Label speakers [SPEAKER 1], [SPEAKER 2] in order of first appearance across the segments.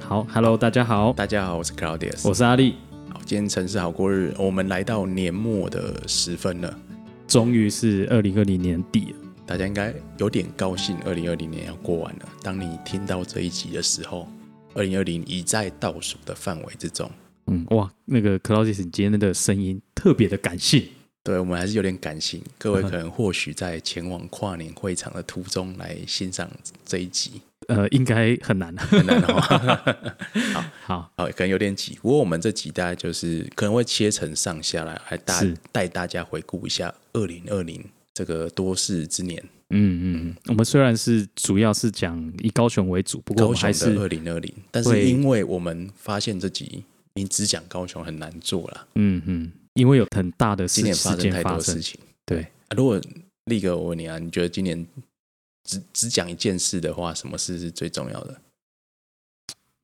[SPEAKER 1] 好，Hello，大家好，
[SPEAKER 2] 大家好，我是 Claudius。
[SPEAKER 1] 我是阿力，
[SPEAKER 2] 好，今天城市好过日，我们来到年末的时分了，
[SPEAKER 1] 终于是二零二零年底了。
[SPEAKER 2] 大家应该有点高兴，二零二零年要过完了。当你听到这一集的时候，二零二零已在倒数的范围之中。
[SPEAKER 1] 嗯，哇，那个 Claudius，你今天的声音特别的感性，
[SPEAKER 2] 对我们还是有点感性，各位可能或许在前往跨年会场的途中来欣赏这一集，
[SPEAKER 1] 呃，应该很难。
[SPEAKER 2] 很难 哦。
[SPEAKER 1] 好，
[SPEAKER 2] 好，可能有点挤。不过我们这集大概就是可能会切成上下来，来大
[SPEAKER 1] 是
[SPEAKER 2] 带大家回顾一下二零二零这个多事之年，
[SPEAKER 1] 嗯嗯，我们虽然是主要是讲以高雄为主，不过我
[SPEAKER 2] 高
[SPEAKER 1] 们还
[SPEAKER 2] 雄
[SPEAKER 1] 是
[SPEAKER 2] 的二零二零。但
[SPEAKER 1] 会
[SPEAKER 2] 是因为我们发现这集你只讲高雄很难做了，
[SPEAKER 1] 嗯嗯，因为有很大的
[SPEAKER 2] 今
[SPEAKER 1] 事
[SPEAKER 2] 年
[SPEAKER 1] 事
[SPEAKER 2] 发生
[SPEAKER 1] 件
[SPEAKER 2] 太
[SPEAKER 1] 发
[SPEAKER 2] 多
[SPEAKER 1] 生
[SPEAKER 2] 事，情。
[SPEAKER 1] 对
[SPEAKER 2] 啊如果力哥我问你啊，你觉得今年只只讲一件事的话，什么事是最重要的？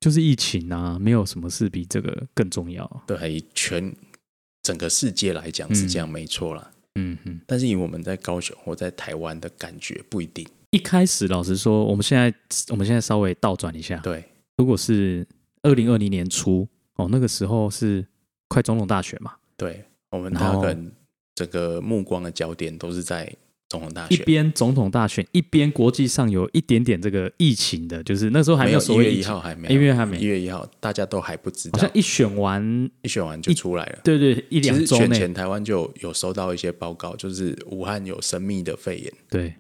[SPEAKER 1] 就是疫情啊，没有什么事比这个更重要。
[SPEAKER 2] 对，还以全整个世界来讲是这样，没错啦。
[SPEAKER 1] 嗯嗯，
[SPEAKER 2] 但是以我们在高雄或在台湾的感觉不一定。
[SPEAKER 1] 一开始老实说，我们现在我们现在稍微倒转一下，
[SPEAKER 2] 对，
[SPEAKER 1] 如果是二零二零年初哦，那个时候是快总统大选嘛，
[SPEAKER 2] 对我们
[SPEAKER 1] 然
[SPEAKER 2] 大
[SPEAKER 1] 后
[SPEAKER 2] 家可能整个目光的焦点都是在总统大
[SPEAKER 1] 一
[SPEAKER 2] 选，
[SPEAKER 1] 边总统大选，一边国际上有一点点这个疫情的，就是那时候还
[SPEAKER 2] 没
[SPEAKER 1] 有
[SPEAKER 2] 有
[SPEAKER 1] 所
[SPEAKER 2] 一月
[SPEAKER 1] 谓疫
[SPEAKER 2] 一
[SPEAKER 1] 情，
[SPEAKER 2] 号还没
[SPEAKER 1] 哎
[SPEAKER 2] 有，
[SPEAKER 1] 一月还没
[SPEAKER 2] 一月一号大家都还不知
[SPEAKER 1] 好
[SPEAKER 2] 道
[SPEAKER 1] 像，一选完，
[SPEAKER 2] 一选完就出来了。
[SPEAKER 1] 对对，一
[SPEAKER 2] 其
[SPEAKER 1] 两
[SPEAKER 2] 实
[SPEAKER 1] 周
[SPEAKER 2] 选
[SPEAKER 1] 内，
[SPEAKER 2] 前台湾就有收到一些报告，就是武汉有神秘的肺炎，
[SPEAKER 1] 对，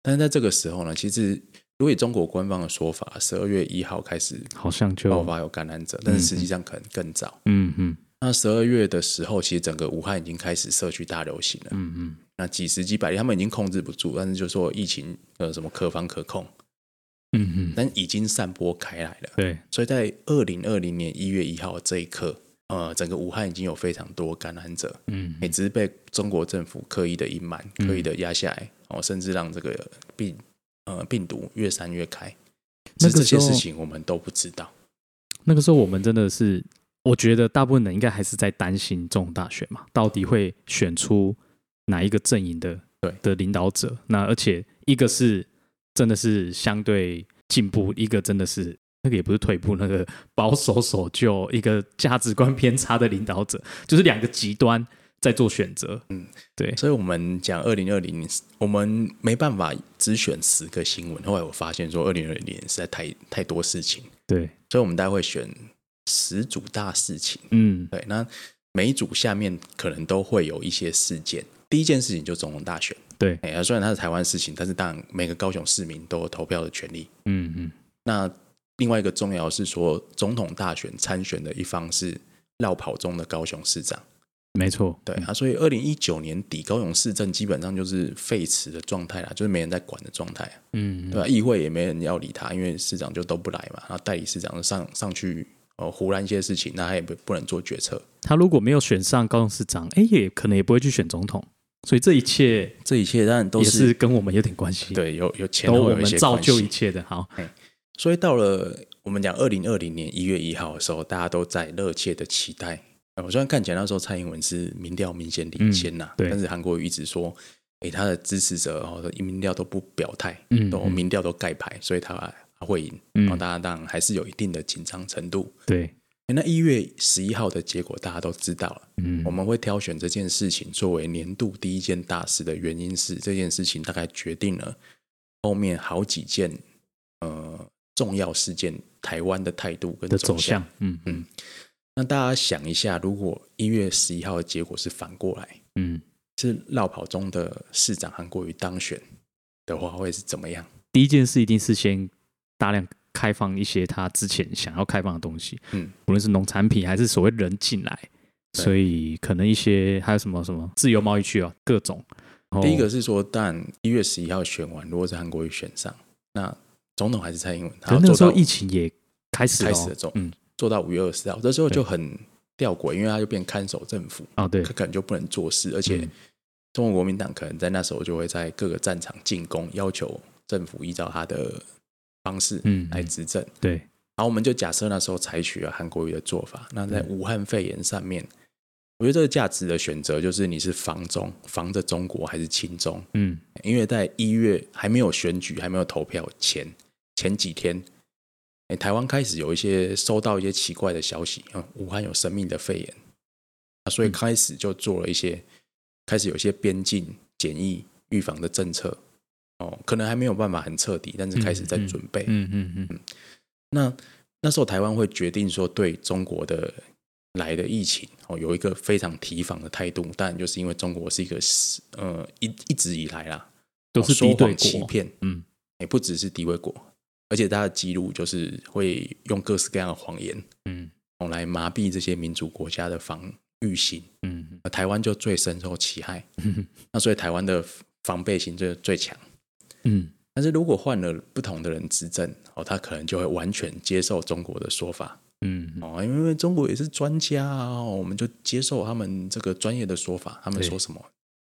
[SPEAKER 2] 但是在这个时候呢，其实如果以中国官方的说法，十二月一号开始
[SPEAKER 1] 好像
[SPEAKER 2] 爆
[SPEAKER 1] 就，
[SPEAKER 2] 发有感染者，但是实际上可能更早。
[SPEAKER 1] 嗯嗯
[SPEAKER 2] 那十二月的时候，其实整个武汉已经开始社区大流行了。
[SPEAKER 1] 嗯嗯，
[SPEAKER 2] 那几十几百例，他们已经控制不住，但是就说疫情呃什么可防可控，
[SPEAKER 1] 嗯嗯，
[SPEAKER 2] 但已经散播开来了。
[SPEAKER 1] 对，
[SPEAKER 2] 所以在二零二零年一月一号这一刻，呃，整个武汉已经有非常多感染者，
[SPEAKER 1] 嗯
[SPEAKER 2] 也哎只是被中国政府刻意的隐瞒、刻意的压下来，哦，甚至让这个病呃病毒越散越开。
[SPEAKER 1] 那
[SPEAKER 2] 其
[SPEAKER 1] 个
[SPEAKER 2] 实这些
[SPEAKER 1] 时候
[SPEAKER 2] 事情我们都不知道，
[SPEAKER 1] 那个时候我们真的是，我觉得大部分人应该还是在担心总统大选嘛，到底会选出哪一个阵营的
[SPEAKER 2] 对
[SPEAKER 1] 的领导者？那而且一个是真的是相对进步，一个真的是那个也不是退步，那个保守守旧，一个价值观偏差的领导者， 就是两个极端在做选择。嗯，对，
[SPEAKER 2] 所以我们讲二零二零年，我们没办法只选十个新闻。后来我发现说，二零二零年实在太太多事情，
[SPEAKER 1] 对，
[SPEAKER 2] 所以我们大概会选十组大事情。
[SPEAKER 1] 嗯，
[SPEAKER 2] 对，那每一组下面可能都会有一些事件。第一件事情就总统大选，
[SPEAKER 1] 对，
[SPEAKER 2] 哎、虽然它是台湾事情，但是当然每个高雄市民都有投票的权利。
[SPEAKER 1] 嗯嗯，
[SPEAKER 2] 那另外一个重要是说，总统大选参选的一方是绕跑中的高雄市长，
[SPEAKER 1] 没错，
[SPEAKER 2] 对啊，所以二零一九年底高雄市政基本上就是废弛的状态啦，就是没人在管的状态啊，
[SPEAKER 1] 嗯，嗯，
[SPEAKER 2] 对吧、议会也没人要理他，因为市长就都不来嘛，然后代理市长就上上去呃胡乱一些事情，那他也不不能做决策，
[SPEAKER 1] 他如果没有选上高雄市长，哎，也可能也不会去选总统，所以这一切。
[SPEAKER 2] 这一切当然都
[SPEAKER 1] 也
[SPEAKER 2] 是
[SPEAKER 1] 是跟我们有点关系，，
[SPEAKER 2] 对，有有前
[SPEAKER 1] 都
[SPEAKER 2] 后
[SPEAKER 1] 我
[SPEAKER 2] 有一
[SPEAKER 1] 们
[SPEAKER 2] 些
[SPEAKER 1] 造
[SPEAKER 2] 关
[SPEAKER 1] 就
[SPEAKER 2] 系
[SPEAKER 1] 一切的。好，
[SPEAKER 2] 所以到了我们讲二零二零年一月一号的时候，大家都在热切的期待。呃我虽然看起来那时候蔡英文是民调明显领先呐、
[SPEAKER 1] 嗯对
[SPEAKER 2] 但是韩国瑜一直说，诶、他的支持者哦，民调都不表态，
[SPEAKER 1] 嗯
[SPEAKER 2] 都
[SPEAKER 1] 嗯
[SPEAKER 2] 民调都盖牌，所以他他会赢。
[SPEAKER 1] 嗯
[SPEAKER 2] 然后大家当然还是有一定的紧张程度。
[SPEAKER 1] 对，
[SPEAKER 2] 诶那一月十一号的结果大家都知道了，
[SPEAKER 1] 嗯
[SPEAKER 2] 我们会挑选这件事情作为年度第一件大事的原因是，这件事情大概决定了后面好几件呃重要事件台湾的态度跟
[SPEAKER 1] 的
[SPEAKER 2] 走
[SPEAKER 1] 走向，嗯嗯
[SPEAKER 2] 嗯那大家想一下，如果一月十一号的结果是反过来，
[SPEAKER 1] 嗯，
[SPEAKER 2] 是绕跑中的市长韩国瑜当选的话，会是怎么样？
[SPEAKER 1] 第一件事一定是先大量开放一些他之前想要开放的东西，
[SPEAKER 2] 嗯，
[SPEAKER 1] 无论是农产品还是所谓人进来，
[SPEAKER 2] 对
[SPEAKER 1] 所以可能一些还有什么什么自由贸易区啊，各种。然后
[SPEAKER 2] 第一个是说，当然一月十一号选完，如果是韩国瑜选上，那总统还是蔡英文，
[SPEAKER 1] 可
[SPEAKER 2] 他
[SPEAKER 1] 能
[SPEAKER 2] 要
[SPEAKER 1] 那
[SPEAKER 2] 做
[SPEAKER 1] 个时候
[SPEAKER 2] 到
[SPEAKER 1] 疫情也开始
[SPEAKER 2] 开
[SPEAKER 1] 了
[SPEAKER 2] 始
[SPEAKER 1] 哦
[SPEAKER 2] 了走
[SPEAKER 1] 嗯，
[SPEAKER 2] 做到五月二十号，这时候就很吊诡，因为他就变看守政府。
[SPEAKER 1] 哦对
[SPEAKER 2] 他，可能就不能做事，而且
[SPEAKER 1] 嗯
[SPEAKER 2] 中国国民党可能在那时候就会在各个战场进攻，要求政府依照他的方式
[SPEAKER 1] 嗯，
[SPEAKER 2] 来
[SPEAKER 1] 嗯
[SPEAKER 2] 执政。
[SPEAKER 1] 对，
[SPEAKER 2] 然后我们就假设那时候采取了韩国瑜的做法，那
[SPEAKER 1] 嗯
[SPEAKER 2] 在武汉肺炎上面，我觉得这个价值的选择就是你是防中，防着中国还是亲中？
[SPEAKER 1] 嗯
[SPEAKER 2] 因为在一月还没有选举、还没有投票前前几天，哎，台湾开始有一些收到一些奇怪的消息啊，武汉有生命的肺炎啊，
[SPEAKER 1] 嗯
[SPEAKER 2] 所以开始就做了一些，开始有一些边境检疫预防的政策哦，可能还没有办法很彻底，但是开始在准备。
[SPEAKER 1] 嗯嗯嗯
[SPEAKER 2] 那那时候台湾会决定说对中国的来的疫情哦有一个非常提防的态度，当然就是因为中国是一个呃一一直以来啦
[SPEAKER 1] 都是
[SPEAKER 2] 哦说
[SPEAKER 1] 敌对
[SPEAKER 2] 谎欺
[SPEAKER 1] 国
[SPEAKER 2] 骗，
[SPEAKER 1] 嗯，
[SPEAKER 2] 也不只是敌对国，而且他的记录就是会用各式各样的谎言
[SPEAKER 1] 嗯
[SPEAKER 2] 哦来麻痹这些民主国家的防御心，
[SPEAKER 1] 嗯
[SPEAKER 2] 呃台湾就最深受其 害。
[SPEAKER 1] 嗯
[SPEAKER 2] 那所以台湾的防备心就是最强。
[SPEAKER 1] 嗯
[SPEAKER 2] 但是如果换了不同的人执政，哦，他可能就会完全接受中国的说法，
[SPEAKER 1] 嗯
[SPEAKER 2] 哦，因为中国也是专家啊，哦我们就接受他们这个专业的说法，他们
[SPEAKER 1] 对
[SPEAKER 2] 说什么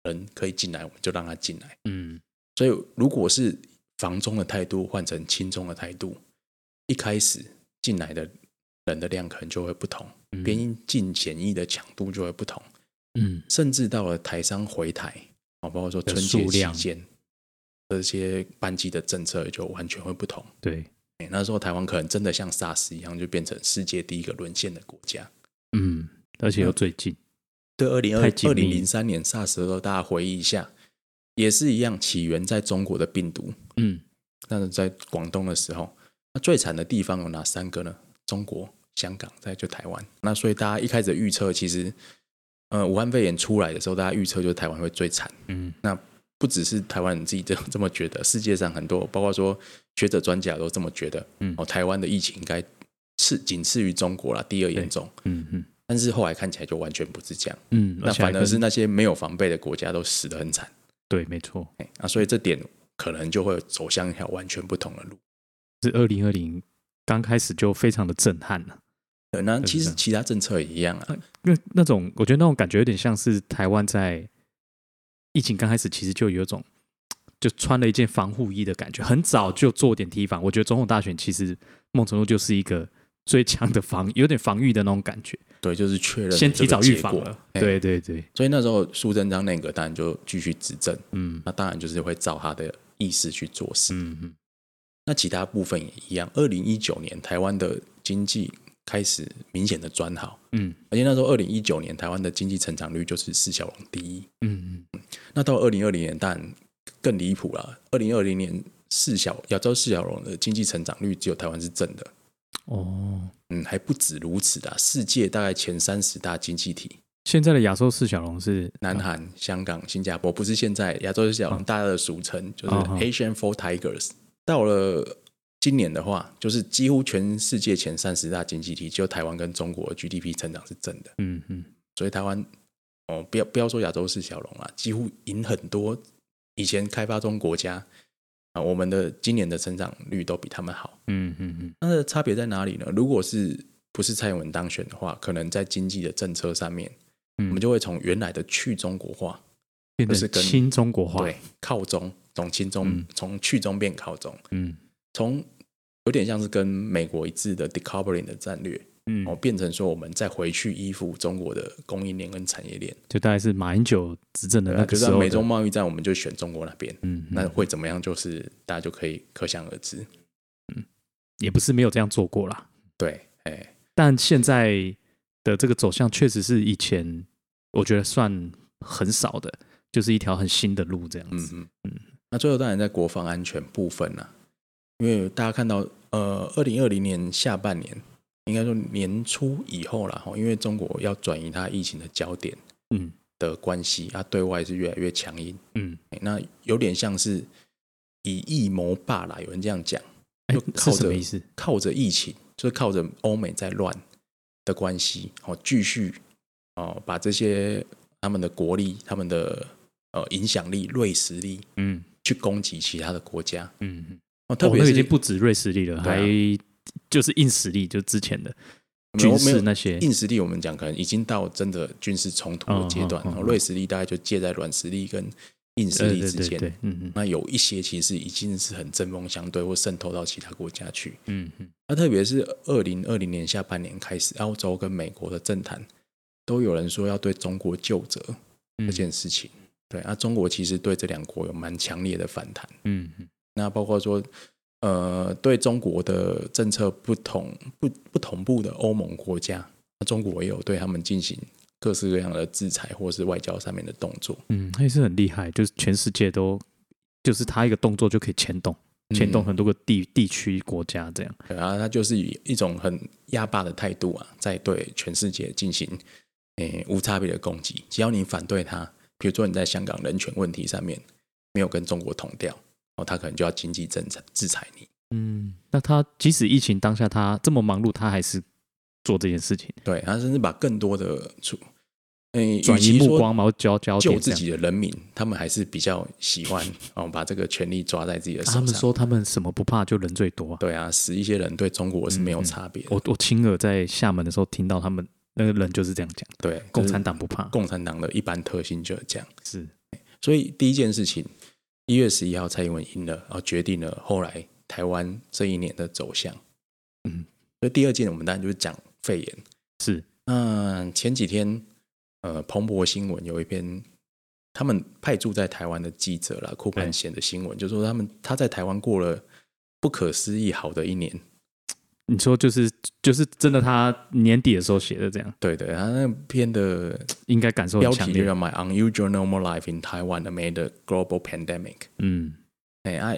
[SPEAKER 2] 人可以进来，我们就让他进来。
[SPEAKER 1] 嗯
[SPEAKER 2] 所以，如果是防中的态度换成亲中的态度，一开始进来的人的量可能就会不同，
[SPEAKER 1] 嗯，
[SPEAKER 2] 边境检疫的强度就会不同，
[SPEAKER 1] 嗯
[SPEAKER 2] 甚至到了台商回台，哦，包括说春节
[SPEAKER 1] 的数
[SPEAKER 2] 期
[SPEAKER 1] 量
[SPEAKER 2] 间，这些班机的政策就完全会不同。
[SPEAKER 1] 对，
[SPEAKER 2] 哎那时候台湾可能真的像 SARS 一样，就变成世界第一个沦陷的国家。
[SPEAKER 1] 嗯，而且又最近，
[SPEAKER 2] 对，二零二
[SPEAKER 1] 太
[SPEAKER 2] 二
[SPEAKER 1] 紧
[SPEAKER 2] 零
[SPEAKER 1] 密
[SPEAKER 2] 零三年 SARS 的时候，大家回忆一下，也是一样，起源在中国的病毒。
[SPEAKER 1] 嗯
[SPEAKER 2] 那在广东的时候，那最惨的地方有哪三个呢？中国、香港，再就台湾。那所以大家一开始预测，其实，呃，武汉肺炎出来的时候，大家预测就是台湾会最惨。
[SPEAKER 1] 嗯
[SPEAKER 2] 不只是台湾人自己这这么觉得，世界上很多，包括说学者专家都这么觉得。
[SPEAKER 1] 嗯
[SPEAKER 2] 哦，台湾的疫情应该次仅次于中国啦，第二严重。
[SPEAKER 1] 嗯嗯
[SPEAKER 2] 但是后来看起来就完全不是这样。
[SPEAKER 1] 嗯，
[SPEAKER 2] 那反而是
[SPEAKER 1] 那
[SPEAKER 2] 那些没有防备的国家都死得很惨。
[SPEAKER 1] 对，没错，
[SPEAKER 2] 哎啊，所以这点可能就会走向一条完全不同的路。
[SPEAKER 1] 是二零二零刚开始就非常的震撼了。
[SPEAKER 2] 对那
[SPEAKER 1] 对
[SPEAKER 2] 其
[SPEAKER 1] 是嗯
[SPEAKER 2] 实
[SPEAKER 1] 的
[SPEAKER 2] 其他政策也一样啊，
[SPEAKER 1] 因为那种我觉得那种感觉有点像是台湾在疫情刚开始，其实就有一种就穿了一件防护衣的感觉，很早就做点提防。我觉得总统大选其实某种程度就是一个最强的防，有点防御的那种感觉，
[SPEAKER 2] 对，就是确认了
[SPEAKER 1] 先
[SPEAKER 2] 这
[SPEAKER 1] 提
[SPEAKER 2] 个
[SPEAKER 1] 早预
[SPEAKER 2] 结
[SPEAKER 1] 防
[SPEAKER 2] 果
[SPEAKER 1] 了。。
[SPEAKER 2] 哎
[SPEAKER 1] 对对对，
[SPEAKER 2] 所以那时候苏贞昌内阁当然就继续执政，
[SPEAKER 1] 嗯
[SPEAKER 2] 那当然就是会照他的意思去做事。
[SPEAKER 1] 嗯嗯
[SPEAKER 2] 那其他部分也一样。二零一九年台湾的经济开始明显的转好，
[SPEAKER 1] 嗯
[SPEAKER 2] 而且那时候二零一九年台湾的经济成长率就是四小龙第一。
[SPEAKER 1] 嗯嗯，
[SPEAKER 2] 那到二零二零年，当然更离谱了。二零二零年四小亚洲四小龙的经济成长率只有台湾是正的，
[SPEAKER 1] 哦，
[SPEAKER 2] 嗯，还不止如此的啊、世界大概前三十大经济体，
[SPEAKER 1] 现在的亚洲四小龙是
[SPEAKER 2] 南韩、香港、新加坡，不是现在亚洲四小龙大家的俗称，就是
[SPEAKER 1] 哦哦
[SPEAKER 2] Asian Four Tigers。到了今年的话，就是几乎全世界前三十大经济体，只有台湾跟中国 GDP 成长是正的，
[SPEAKER 1] 嗯嗯
[SPEAKER 2] 所以台湾哦，不要不要说亚洲四小龙啦，几乎赢很多以前开发中国家啊，我们的今年的成长率都比他们好。
[SPEAKER 1] 嗯嗯嗯
[SPEAKER 2] 那差别在哪里呢？如果是不是蔡英文当选的话，可能在经济的政策上面，
[SPEAKER 1] 嗯，
[SPEAKER 2] 我们就会从原来的去中国化，
[SPEAKER 1] 变
[SPEAKER 2] 就是
[SPEAKER 1] 成
[SPEAKER 2] 跟
[SPEAKER 1] 亲中国化。
[SPEAKER 2] 对，靠中，从亲中
[SPEAKER 1] 嗯，
[SPEAKER 2] 从、去中变靠中，
[SPEAKER 1] 嗯
[SPEAKER 2] 从有点像是跟美国一致的 decoupling 的战略，
[SPEAKER 1] 嗯
[SPEAKER 2] 哦，，变成说我们再回去依附中国的供应链跟产业链。
[SPEAKER 1] 就大概是马英九执政的
[SPEAKER 2] 对
[SPEAKER 1] 那
[SPEAKER 2] 啊，
[SPEAKER 1] 个
[SPEAKER 2] 就
[SPEAKER 1] 时
[SPEAKER 2] 是
[SPEAKER 1] 候的，
[SPEAKER 2] 美中贸易战，我们就选中国那边，
[SPEAKER 1] 嗯，嗯
[SPEAKER 2] 那会怎么样？就是大家就可以可想而知。
[SPEAKER 1] 也不是没有这样做过啦。
[SPEAKER 2] 对，哎，
[SPEAKER 1] 但现在的这个走向确实是以前我觉得算很少的，就是一条很新的路这样
[SPEAKER 2] 嗯
[SPEAKER 1] 子。
[SPEAKER 2] 嗯
[SPEAKER 1] 嗯
[SPEAKER 2] 那最后当然在国防安全部分呢、因为大家看到，呃，二零二零年下半年，应该说年初以后啦，吼因为中国要转移它疫情的焦点
[SPEAKER 1] 嗯
[SPEAKER 2] 的关系，它对外是越来越强硬，
[SPEAKER 1] 嗯，
[SPEAKER 2] 哎那有点像是以疫谋霸啦，有人这样讲，
[SPEAKER 1] 哎、
[SPEAKER 2] 嗯就是靠
[SPEAKER 1] 什么
[SPEAKER 2] 着
[SPEAKER 1] 意思？
[SPEAKER 2] 靠着疫情，就是靠着欧美在乱的关系，哦，继续哦，把这些他们的国力、他们的呃影响力、锐实力
[SPEAKER 1] 嗯
[SPEAKER 2] 去攻击其他的国家，
[SPEAKER 1] 嗯，嗯
[SPEAKER 2] 哦，特
[SPEAKER 1] 哦，
[SPEAKER 2] 别
[SPEAKER 1] 那个
[SPEAKER 2] 是
[SPEAKER 1] 已经不止瑞士力了，
[SPEAKER 2] 对啊
[SPEAKER 1] 还就是硬实力，就之前的
[SPEAKER 2] 没有
[SPEAKER 1] 军
[SPEAKER 2] 没有
[SPEAKER 1] 事那些。
[SPEAKER 2] 硬实力，我们讲可能已经到真的军事冲突的阶段，
[SPEAKER 1] 嗯嗯嗯
[SPEAKER 2] 哦，
[SPEAKER 1] 嗯
[SPEAKER 2] 锐实力大概就介在软实力跟硬实
[SPEAKER 1] 呃
[SPEAKER 2] 力
[SPEAKER 1] 对
[SPEAKER 2] 之
[SPEAKER 1] 对
[SPEAKER 2] 间。
[SPEAKER 1] 对，嗯嗯
[SPEAKER 2] 那有一些其实已经是很针锋相对，或渗透到其他国家去。
[SPEAKER 1] 嗯嗯
[SPEAKER 2] 那特别是二零二零年下半年开始，澳洲跟美国的政坛都有人说要对中国就责
[SPEAKER 1] 嗯，
[SPEAKER 2] 这件事情。啊对，那、中国其实对这两国有蛮强烈的反弹。
[SPEAKER 1] 嗯嗯
[SPEAKER 2] 那包括说呃，对中国的政策不同不不同步的欧盟国家，那中国也有对他们进行各式各样的制裁或是外交上面的动作。
[SPEAKER 1] 嗯，他也是很厉害，就是全世界都，就是他一个动作就可以牵动，
[SPEAKER 2] 嗯
[SPEAKER 1] 牵动很多个地地区国家这样。
[SPEAKER 2] 对啊，他就是以一种很压霸的态度啊，在对全世界进行诶、无差别的攻击。只要你反对他，比如说你在香港人权问题上面没有跟中国同调，哦，他可能就要经济制裁制裁你。
[SPEAKER 1] 嗯，那他即使疫情当下他这么忙碌，他还是做这件事情，
[SPEAKER 2] 对，他甚至把更多的出诶，
[SPEAKER 1] 转
[SPEAKER 2] 与
[SPEAKER 1] 移
[SPEAKER 2] 其
[SPEAKER 1] 目
[SPEAKER 2] 说
[SPEAKER 1] 光，然后焦焦
[SPEAKER 2] 救
[SPEAKER 1] 点
[SPEAKER 2] 自
[SPEAKER 1] 这样。
[SPEAKER 2] 己的人民，他们还是比较喜欢哦，把这个权力抓在自己的手
[SPEAKER 1] 他
[SPEAKER 2] 上。
[SPEAKER 1] 们说他们什么不怕，就人最多啊。
[SPEAKER 2] 对啊，死一些人对中国是没有
[SPEAKER 1] 嗯嗯
[SPEAKER 2] 差别的。
[SPEAKER 1] 我我亲耳在厦门的时候听到他们那个人就是这样讲，
[SPEAKER 2] 对，
[SPEAKER 1] 共
[SPEAKER 2] 就是
[SPEAKER 1] 产党不怕，
[SPEAKER 2] 共产党的一般特性就是这样。
[SPEAKER 1] 是
[SPEAKER 2] 所以第一件事情，一月十一号蔡英文赢了，然后决定了后来台湾这一年的走向。
[SPEAKER 1] 嗯，
[SPEAKER 2] 所以第二件我们当然就是讲肺炎。
[SPEAKER 1] 是，
[SPEAKER 2] 那前几天，呃，彭博新闻有一篇他们派驻在台湾的记者啦，库
[SPEAKER 1] 对
[SPEAKER 2] 盘贤的新闻，就说他们他在台湾过了不可思议好的一年。
[SPEAKER 1] 你说就是就是真的，他年底的时候写的这样，
[SPEAKER 2] 对的，他那篇的
[SPEAKER 1] 应该感受
[SPEAKER 2] 标
[SPEAKER 1] 很强
[SPEAKER 2] 题就
[SPEAKER 1] 烈
[SPEAKER 2] 叫。My Unusual Normal Life in Taiwan Amid the Global Pandemic。
[SPEAKER 1] 嗯，
[SPEAKER 2] 哎、啊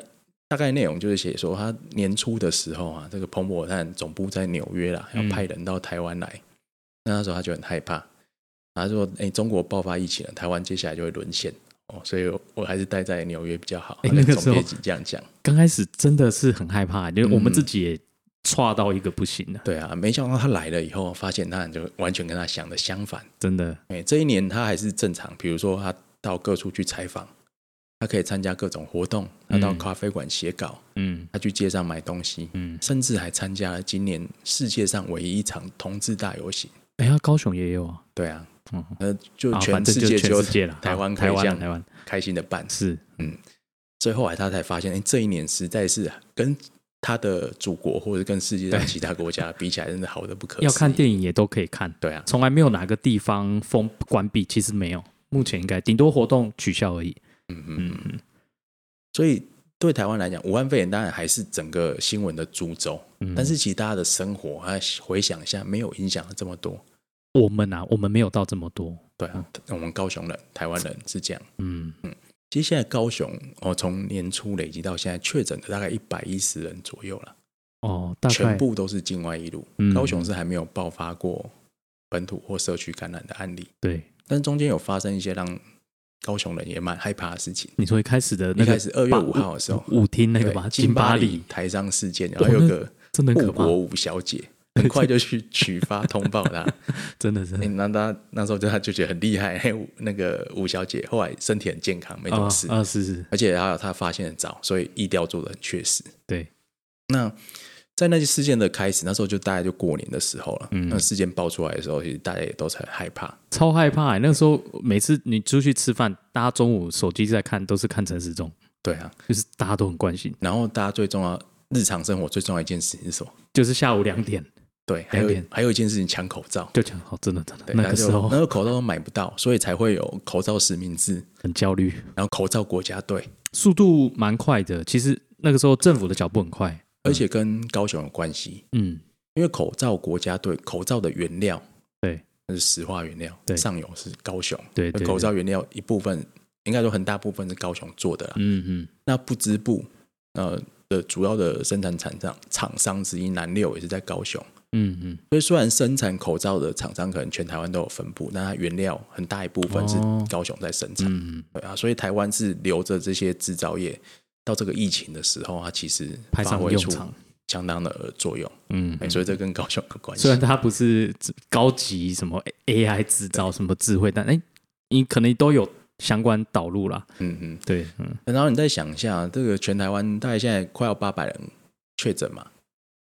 [SPEAKER 2] 大概内容就是写说，他年初的时候啊，这个彭博探总部在纽约啦，要
[SPEAKER 1] 嗯
[SPEAKER 2] 派人到台湾来。那那时候他就很害怕，他说：“哎、中国爆发疫情了，台湾接下来就会沦陷哦，所以我我还是待在纽约比较好。
[SPEAKER 1] 哎
[SPEAKER 2] 他在
[SPEAKER 1] 那个时
[SPEAKER 2] 总
[SPEAKER 1] 候
[SPEAKER 2] 编辑这样讲，
[SPEAKER 1] 刚开始真的是很害怕，就是我们
[SPEAKER 2] 嗯
[SPEAKER 1] 自己也差到一个不行了，
[SPEAKER 2] 对啊，没想到他来了以后，发现他就完全跟他想的相反。
[SPEAKER 1] 真的。
[SPEAKER 2] 哎、这一年他还是正常，比如说他到各处去采访，他可以参加各种活动，他到
[SPEAKER 1] 嗯
[SPEAKER 2] 咖啡馆写稿，
[SPEAKER 1] 嗯
[SPEAKER 2] 他去街上买东西，
[SPEAKER 1] 嗯，
[SPEAKER 2] 甚至还参加了今年世界上唯一一场同志大游行。
[SPEAKER 1] 哎呀，高雄也有啊，
[SPEAKER 2] 对啊，
[SPEAKER 1] 嗯，
[SPEAKER 2] 呃，就
[SPEAKER 1] 啊
[SPEAKER 2] 全
[SPEAKER 1] 反正
[SPEAKER 2] 世界
[SPEAKER 1] 就
[SPEAKER 2] 只
[SPEAKER 1] 全
[SPEAKER 2] 有
[SPEAKER 1] 世界了，
[SPEAKER 2] 台湾
[SPEAKER 1] 啊
[SPEAKER 2] 可以
[SPEAKER 1] 台湾
[SPEAKER 2] 这
[SPEAKER 1] 啊
[SPEAKER 2] 样
[SPEAKER 1] 台湾
[SPEAKER 2] 开心的办。
[SPEAKER 1] 是
[SPEAKER 2] 所以后来他才发现，哎、这一年实在是跟他的祖国或者跟世界上其他国家比起来，真的好的不可思议。
[SPEAKER 1] 要看电影也都可以看，
[SPEAKER 2] 对啊，
[SPEAKER 1] 从来没有哪个地方封关闭，其实没有，目前应该顶多活动取消而已。
[SPEAKER 2] 嗯嗯。
[SPEAKER 1] 嗯嗯
[SPEAKER 2] 所以对台湾来讲，武汉肺炎当然还是整个新闻的主轴，
[SPEAKER 1] 嗯，
[SPEAKER 2] 但是其实大家的生活，啊，回想一下，没有影响了这么多。
[SPEAKER 1] 我们啊，我们没有到这么多，
[SPEAKER 2] 对啊，我们高雄人、台湾人是这样。
[SPEAKER 1] 嗯，
[SPEAKER 2] 其实现在高雄哦，从年初累积到现在确诊的大概一百一十人左右了，
[SPEAKER 1] 哦，大概
[SPEAKER 2] 全部都是境外一路。
[SPEAKER 1] 嗯
[SPEAKER 2] 高雄是还没有爆发过本土或社区感染的案例，
[SPEAKER 1] 对。
[SPEAKER 2] 但是中间有发生一些让高雄人也蛮害怕的事情。
[SPEAKER 1] 你说一开始的那个
[SPEAKER 2] 一开始2月
[SPEAKER 1] 八
[SPEAKER 2] 5号的时候
[SPEAKER 1] 舞厅那个吧，
[SPEAKER 2] 对
[SPEAKER 1] 金
[SPEAKER 2] 金
[SPEAKER 1] 巴
[SPEAKER 2] 里
[SPEAKER 1] 里
[SPEAKER 2] 台商事件，然
[SPEAKER 1] 哇
[SPEAKER 2] 后有个
[SPEAKER 1] 真的很
[SPEAKER 2] 护
[SPEAKER 1] 可怕，
[SPEAKER 2] 国武小姐，很快就去举发通报她。
[SPEAKER 1] 真的是
[SPEAKER 2] 诶那她那时候就她就觉得很厉害，嘿那个武小姐后来身体很健康，没什
[SPEAKER 1] 啊
[SPEAKER 2] 么事，
[SPEAKER 1] 啊，是是，
[SPEAKER 2] 而且还有她发现的早，所以疫调做的很确实。
[SPEAKER 1] 对，
[SPEAKER 2] 那在那些事件的开始，那时候就大概就过年的时候了。
[SPEAKER 1] 嗯
[SPEAKER 2] 那事件爆出来的时候，其实大家也都是很害怕。
[SPEAKER 1] 超害怕欸、那个时候每次你出去吃饭，大家中午手机在看，都是看陈时中，
[SPEAKER 2] 对啊，
[SPEAKER 1] 就是大家都很关心。
[SPEAKER 2] 然后大家最重要日常生活最重要一件事情是什么？
[SPEAKER 1] 就是下午两点
[SPEAKER 2] 对，还有
[SPEAKER 1] 点
[SPEAKER 2] 还有一件事情抢口罩。
[SPEAKER 1] 就讲，哦，真的真的，
[SPEAKER 2] 对，
[SPEAKER 1] 那
[SPEAKER 2] 那
[SPEAKER 1] 个
[SPEAKER 2] 就
[SPEAKER 1] 时候
[SPEAKER 2] 那个口罩都买不到，所以才会有口罩实名制，
[SPEAKER 1] 很焦虑，
[SPEAKER 2] 然后口罩国家队，
[SPEAKER 1] 速度蛮快的。其实那个时候政府的脚步很快，
[SPEAKER 2] 而且跟高雄有关系，
[SPEAKER 1] 嗯，
[SPEAKER 2] 因为口罩国家队口罩的原料
[SPEAKER 1] 对
[SPEAKER 2] 那是石化原料，
[SPEAKER 1] 对
[SPEAKER 2] 上游是高雄，
[SPEAKER 1] 对对，
[SPEAKER 2] 口
[SPEAKER 1] 对
[SPEAKER 2] 罩原料一部分应该说很大部分是高雄做的啦。
[SPEAKER 1] 嗯嗯，
[SPEAKER 2] 那不织布呃的主要的生产厂商厂商之一南六也是在高雄，
[SPEAKER 1] 嗯嗯，
[SPEAKER 2] 所以虽然生产口罩的厂商可能全台湾都有分布，但它原料很大一部分是
[SPEAKER 1] 哦
[SPEAKER 2] 高雄在生产，
[SPEAKER 1] 嗯，
[SPEAKER 2] 对啊，所以台湾是留着这些制造业到这个疫情的时候，它其实
[SPEAKER 1] 派
[SPEAKER 2] 发
[SPEAKER 1] 上
[SPEAKER 2] 挥
[SPEAKER 1] 用
[SPEAKER 2] 出
[SPEAKER 1] 场，
[SPEAKER 2] 相当的作用，
[SPEAKER 1] 嗯，
[SPEAKER 2] 哎所以这跟高雄有关系
[SPEAKER 1] 虽。然它不是高级什么 AI 制造什么智慧，但哎、你可能都有相关导入啦。
[SPEAKER 2] 嗯嗯，
[SPEAKER 1] 对，嗯，
[SPEAKER 2] 然后你再想一下，这个全台湾大概现在快要八百人确诊嘛，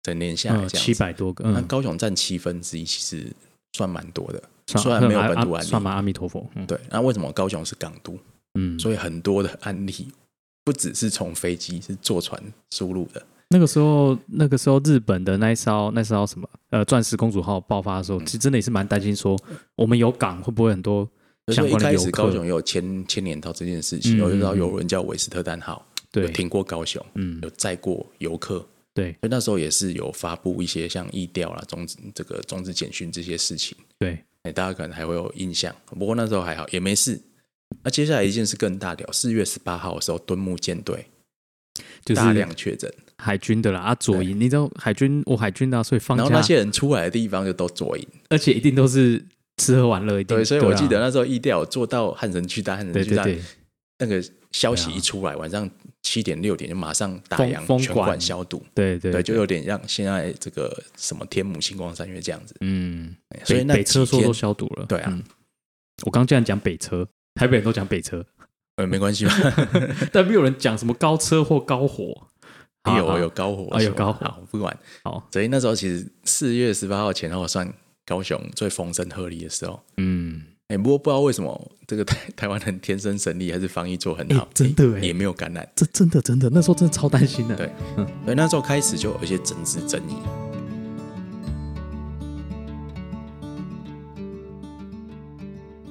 [SPEAKER 2] 整年下来这样子，
[SPEAKER 1] 嗯七百多个，
[SPEAKER 2] 那
[SPEAKER 1] 嗯，
[SPEAKER 2] 高雄占七分之一，其实算蛮多的。
[SPEAKER 1] 算
[SPEAKER 2] 虽然没有本土
[SPEAKER 1] 算
[SPEAKER 2] 案例
[SPEAKER 1] 算吧，阿弥陀佛，嗯，
[SPEAKER 2] 对，那为什么高雄是港都？
[SPEAKER 1] 嗯，
[SPEAKER 2] 所以很多的案例不只是从飞机，是坐船输入的。
[SPEAKER 1] 那个时候，那个时候日本的那一艘那艘什么呃钻石公主号爆发的时候，
[SPEAKER 2] 嗯
[SPEAKER 1] 其实真的也是蛮担心说，我们有港会不会很多
[SPEAKER 2] 所
[SPEAKER 1] 相
[SPEAKER 2] 以一
[SPEAKER 1] 关的
[SPEAKER 2] 开
[SPEAKER 1] 游
[SPEAKER 2] 始
[SPEAKER 1] 客？
[SPEAKER 2] 高雄也有牵牵连到这件事
[SPEAKER 1] 嗯
[SPEAKER 2] 情，有一艘
[SPEAKER 1] 嗯嗯
[SPEAKER 2] 游轮叫韦斯特丹号，
[SPEAKER 1] 对
[SPEAKER 2] 有，停过高雄，
[SPEAKER 1] 嗯
[SPEAKER 2] 有，载过游客，
[SPEAKER 1] 对
[SPEAKER 2] 所以那时候也是有发布一些像意调啦、中这个中止简讯这些事情，
[SPEAKER 1] 对，
[SPEAKER 2] 哎，大家可能还会有印象。不过那时候还好，也没事。那接下来一件事更大条，四月十八号的时候，敦睦舰队
[SPEAKER 1] 就是
[SPEAKER 2] 大量确诊，
[SPEAKER 1] 海军的啦，啊，左营，你知道海军，我海军的、啊，所以放
[SPEAKER 2] 然后
[SPEAKER 1] 假
[SPEAKER 2] 那，些人出来的地方就都左营，
[SPEAKER 1] 而且一定都是吃喝玩乐，一定
[SPEAKER 2] 对，所以我
[SPEAKER 1] 啊
[SPEAKER 2] 记得那时候意调有做到汉神区大汉神
[SPEAKER 1] 对
[SPEAKER 2] 区
[SPEAKER 1] 对
[SPEAKER 2] 大，
[SPEAKER 1] 对，
[SPEAKER 2] 那个消息
[SPEAKER 1] 对啊
[SPEAKER 2] 一出来，晚上七点六点就马上打
[SPEAKER 1] 封
[SPEAKER 2] 烊，
[SPEAKER 1] 封
[SPEAKER 2] 全
[SPEAKER 1] 馆
[SPEAKER 2] 馆消毒，
[SPEAKER 1] 对对
[SPEAKER 2] 对，就有点让现在这个什么天母星光三月这样子，
[SPEAKER 1] 嗯，
[SPEAKER 2] 哎所
[SPEAKER 1] 北
[SPEAKER 2] 以那
[SPEAKER 1] 北车
[SPEAKER 2] 几
[SPEAKER 1] 说
[SPEAKER 2] 天
[SPEAKER 1] 都消毒了，
[SPEAKER 2] 对啊
[SPEAKER 1] 嗯我刚竟然讲北车，台北人都讲北车，
[SPEAKER 2] 呃没关系吧，
[SPEAKER 1] 但没有人讲什么高车或高火，好
[SPEAKER 2] 有
[SPEAKER 1] 好
[SPEAKER 2] 有高火
[SPEAKER 1] 啊有高火
[SPEAKER 2] 好不管。
[SPEAKER 1] 好，
[SPEAKER 2] 所以那时候其实四月十八号前后算高雄最风声鹤唳的时候。
[SPEAKER 1] 嗯，
[SPEAKER 2] 哎、不过不知道为什么这个台 台湾人天生神力，还是防疫做很好，
[SPEAKER 1] 哎真的哎
[SPEAKER 2] 也也没有感染。
[SPEAKER 1] 这真的真的，那时候真的超担心的，
[SPEAKER 2] 对所以那时候开始就有一些政治争议。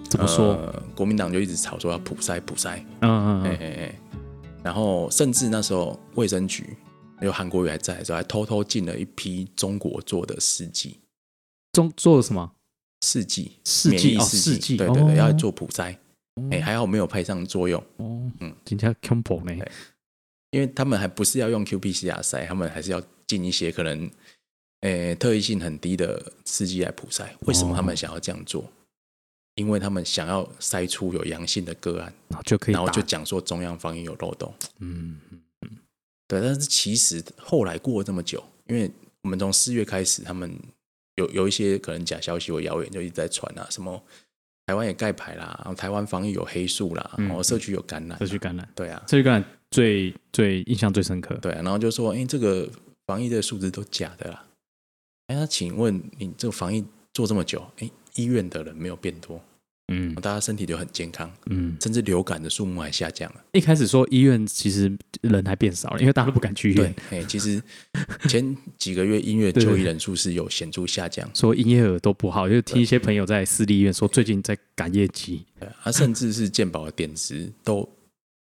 [SPEAKER 1] 怎么说？
[SPEAKER 2] 呃国民党就一直吵说要普筛普筛，
[SPEAKER 1] 嗯嗯
[SPEAKER 2] 哎
[SPEAKER 1] 嗯，
[SPEAKER 2] 哎哎，然后甚至那时候卫生局，有韩国瑜还在的时候，还偷偷进了一批中国做的试剂，
[SPEAKER 1] 中做了什么？
[SPEAKER 2] 试剂，
[SPEAKER 1] 试
[SPEAKER 2] 免
[SPEAKER 1] 剂
[SPEAKER 2] 疫
[SPEAKER 1] 哦
[SPEAKER 2] 试
[SPEAKER 1] 试剂
[SPEAKER 2] 对对
[SPEAKER 1] 哦
[SPEAKER 2] 对，要做普筛，哎、
[SPEAKER 1] 哦
[SPEAKER 2] 还好没有派上作用。
[SPEAKER 1] 哦，嗯
[SPEAKER 2] 嗯，
[SPEAKER 1] 人家 combo 呢？
[SPEAKER 2] 哎因为他们还不是要用 qPCR 筛，他们还是要进一些可能，诶、特异性很低的试剂来普筛。为什么他
[SPEAKER 1] 哦
[SPEAKER 2] 们想要这样做？因为他们想要筛出有阳性的个案，
[SPEAKER 1] 然后就可以
[SPEAKER 2] 然后
[SPEAKER 1] 打
[SPEAKER 2] 就，讲说中央防疫有漏洞。
[SPEAKER 1] 嗯，嗯
[SPEAKER 2] 对，但是其实后来过了这么久，因为我们从四月开始，他们有有一些可能假消息或谣言就一直在传啊，什么台湾也盖牌啦，然后台湾防疫有黑数啦，
[SPEAKER 1] 嗯
[SPEAKER 2] 然后社区有感染啊、
[SPEAKER 1] 社区感染，
[SPEAKER 2] 对啊，
[SPEAKER 1] 社区感染最最印象最深刻，
[SPEAKER 2] 对啊，然后就说，哎、这个防疫的数字都假的啦。哎、那请问你这个防疫做这么久，哎、医院的人没有变多，
[SPEAKER 1] 嗯
[SPEAKER 2] 大家身体就很健康，
[SPEAKER 1] 嗯。
[SPEAKER 2] 甚至流感的数目还下降了。
[SPEAKER 1] 一开始说医院其实人还变少了，因为大家都不敢去医
[SPEAKER 2] 对
[SPEAKER 1] 院，，
[SPEAKER 2] 哎、其实前几个月医院
[SPEAKER 1] 对
[SPEAKER 2] 就医人数是有显著下降，
[SPEAKER 1] 说营业额都不好，就听一些朋友在私立医院说最近在赶业绩，
[SPEAKER 2] 对啊，甚至是健保的点值都。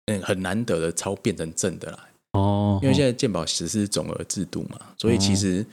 [SPEAKER 2] 嗯，很难得的超变成正的啦，
[SPEAKER 1] 哦，
[SPEAKER 2] 因为现在健保实施总额制度嘛，所以其实、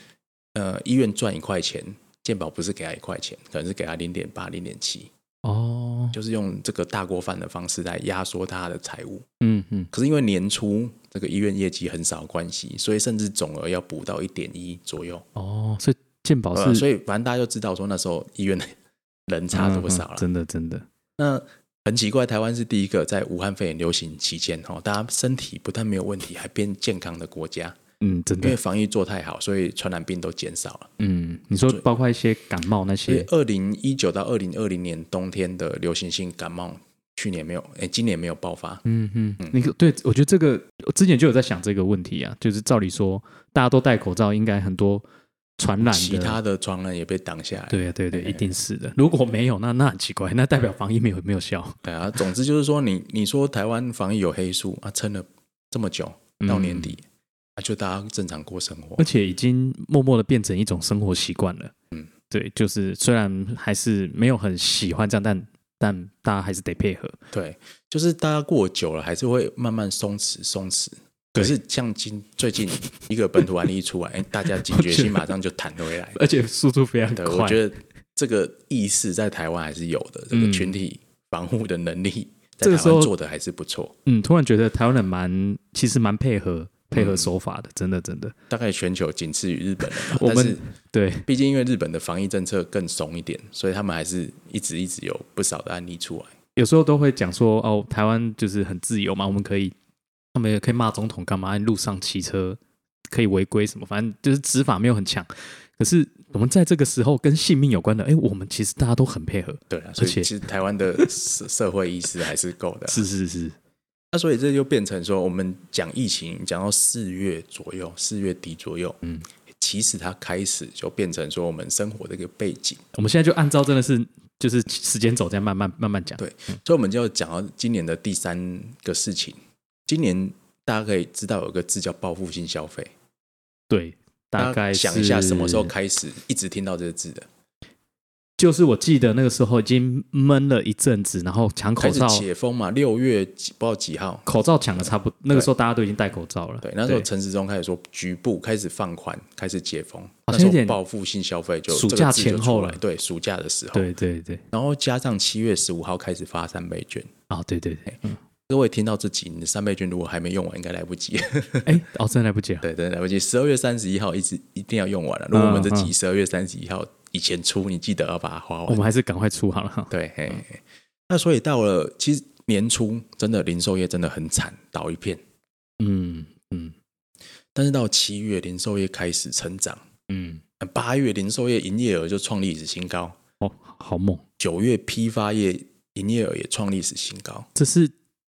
[SPEAKER 1] 哦
[SPEAKER 2] 呃，医院赚一块钱，健保不是给他一块钱，可能是给他零点八、零点七，
[SPEAKER 1] 哦，
[SPEAKER 2] 就是用这个大锅饭的方式来压缩他的财务。
[SPEAKER 1] 嗯嗯，
[SPEAKER 2] 可是因为年初这个医院业绩很少的关系，所以甚至总额要补到一点一左右。
[SPEAKER 1] 哦，所以健保
[SPEAKER 2] 呃，
[SPEAKER 1] 是
[SPEAKER 2] 所以反正大家就知道说那时候医院的 人差多少
[SPEAKER 1] 嗯嗯
[SPEAKER 2] 了。
[SPEAKER 1] 真的真的，
[SPEAKER 2] 那很奇怪，台湾是第一个在武汉肺炎流行期间哦，大家身体不但没有问题，还变健康的国家。
[SPEAKER 1] 嗯，真
[SPEAKER 2] 因为
[SPEAKER 1] 的，
[SPEAKER 2] 防疫做太好，所以传染病都减少了。
[SPEAKER 1] 嗯，你说包括一些感冒那
[SPEAKER 2] 所以
[SPEAKER 1] 些，
[SPEAKER 2] 二零一九到二零二零年冬天的流行性感冒，去年没有，哎，今年没有爆发。
[SPEAKER 1] 嗯嗯，那个对我觉得这个我之前就有在想这个问题啊，就是照理说大家都戴口罩，应该很多传染的，
[SPEAKER 2] 其他的哎传染也被挡下来。
[SPEAKER 1] 对啊对对，一定是的。如果没有，那那很奇怪，那代表防疫没有没有效。
[SPEAKER 2] 对啊，总之就是说你，你说台湾防疫有黑数啊，撑了这么久嗯
[SPEAKER 1] 嗯
[SPEAKER 2] 到年底、啊，就大家正常过生活
[SPEAKER 1] 而。且已经默默的变成一种生活习惯了。嗯
[SPEAKER 2] 嗯，
[SPEAKER 1] 对，就是虽然还是没有很喜欢这样，但但大家还是得配合。
[SPEAKER 2] 对，就是大家过久了，还是会慢慢松弛松弛。可是像今最近一个本土案例一 出来，哎，大家警
[SPEAKER 1] 我
[SPEAKER 2] 觉
[SPEAKER 1] 觉得
[SPEAKER 2] 性马上就弹回来。
[SPEAKER 1] 而且速度非常
[SPEAKER 2] 对，
[SPEAKER 1] 快，
[SPEAKER 2] 我觉得这个意识在台湾还是有的，这
[SPEAKER 1] 嗯
[SPEAKER 2] 个群体防护的能力
[SPEAKER 1] 这
[SPEAKER 2] 在
[SPEAKER 1] 个
[SPEAKER 2] 台
[SPEAKER 1] 时候
[SPEAKER 2] 湾做的还是不错。
[SPEAKER 1] 嗯，突然觉得台湾人蛮其实蛮配合配合手法的，真的真的，
[SPEAKER 2] 大概全球仅次于日本了吧
[SPEAKER 1] 我们
[SPEAKER 2] 但是
[SPEAKER 1] 对，
[SPEAKER 2] 毕竟因为日本的防疫政策更松一点，所以他们还是一直一直有不少的案例出来。
[SPEAKER 1] 有时候都会讲说哦，台湾就是很自由嘛，我们可以，他们也可以骂总统干嘛，路上骑车可以违规什么，反正就是执法没有很强。可是我们在这个时候跟性命有关的，哎，我们其实大家都很配合，
[SPEAKER 2] 对啊，所以
[SPEAKER 1] 且
[SPEAKER 2] 其实台湾的 社社会意识还是够的啊。
[SPEAKER 1] 是是是，
[SPEAKER 2] 那所以这就变成说，我们讲疫情讲到四月左右，四月底左右，
[SPEAKER 1] 嗯，
[SPEAKER 2] 其实它开始就变成说我们生活的一个背景。
[SPEAKER 1] 我们现在就按照真的是就是时间走，这样慢慢慢慢讲。
[SPEAKER 2] 对所以我们就要讲到今年的第三个事情。今年大家可以知道有个字叫报复性消费，
[SPEAKER 1] 对，大概
[SPEAKER 2] 家想一下
[SPEAKER 1] 是
[SPEAKER 2] 什么时候开始一直听到这个字的。
[SPEAKER 1] 就是我记得那个时候已经闷了一阵子，然后抢口
[SPEAKER 2] 开始
[SPEAKER 1] 罩，
[SPEAKER 2] 解封嘛，六月几不知道几号，
[SPEAKER 1] 口罩抢的差不多，那个时候大家都已经戴口罩了。
[SPEAKER 2] 对，那时候陈时中开始说局部开始放宽，开始解封，
[SPEAKER 1] 好
[SPEAKER 2] 那
[SPEAKER 1] 哦像有
[SPEAKER 2] 时
[SPEAKER 1] 点
[SPEAKER 2] 候报复性消费就
[SPEAKER 1] 暑
[SPEAKER 2] 这个
[SPEAKER 1] 假
[SPEAKER 2] 字就
[SPEAKER 1] 前
[SPEAKER 2] 出
[SPEAKER 1] 后
[SPEAKER 2] 来
[SPEAKER 1] 了
[SPEAKER 2] 对，暑假的时候，
[SPEAKER 1] 对对对，
[SPEAKER 2] 然后加上七月十五号开始发三倍券，
[SPEAKER 1] 啊对对对，嗯
[SPEAKER 2] 各位听到这集，你的三倍券如果还没用完，应该来不及，
[SPEAKER 1] 哎，哦，真来不及了。
[SPEAKER 2] 对，真的来不及，十二月三十一号一直一定要用完了，如果我们这
[SPEAKER 1] 嗯哦
[SPEAKER 2] 集
[SPEAKER 1] 嗯
[SPEAKER 2] 十二月三十一号以前出，你记得要把它花
[SPEAKER 1] 我
[SPEAKER 2] 完
[SPEAKER 1] 们，还是赶快出好了哈。
[SPEAKER 2] 对，嘿，嘿那所以到了其实年初真的零售业真的很惨，倒一片，
[SPEAKER 1] 嗯嗯
[SPEAKER 2] 但是到七月零售业开始成长。
[SPEAKER 1] 嗯，
[SPEAKER 2] 八月零售业营业额就创历史新高，
[SPEAKER 1] 哦，好猛，
[SPEAKER 2] 九月批发业营业额也创历史新高，
[SPEAKER 1] 这是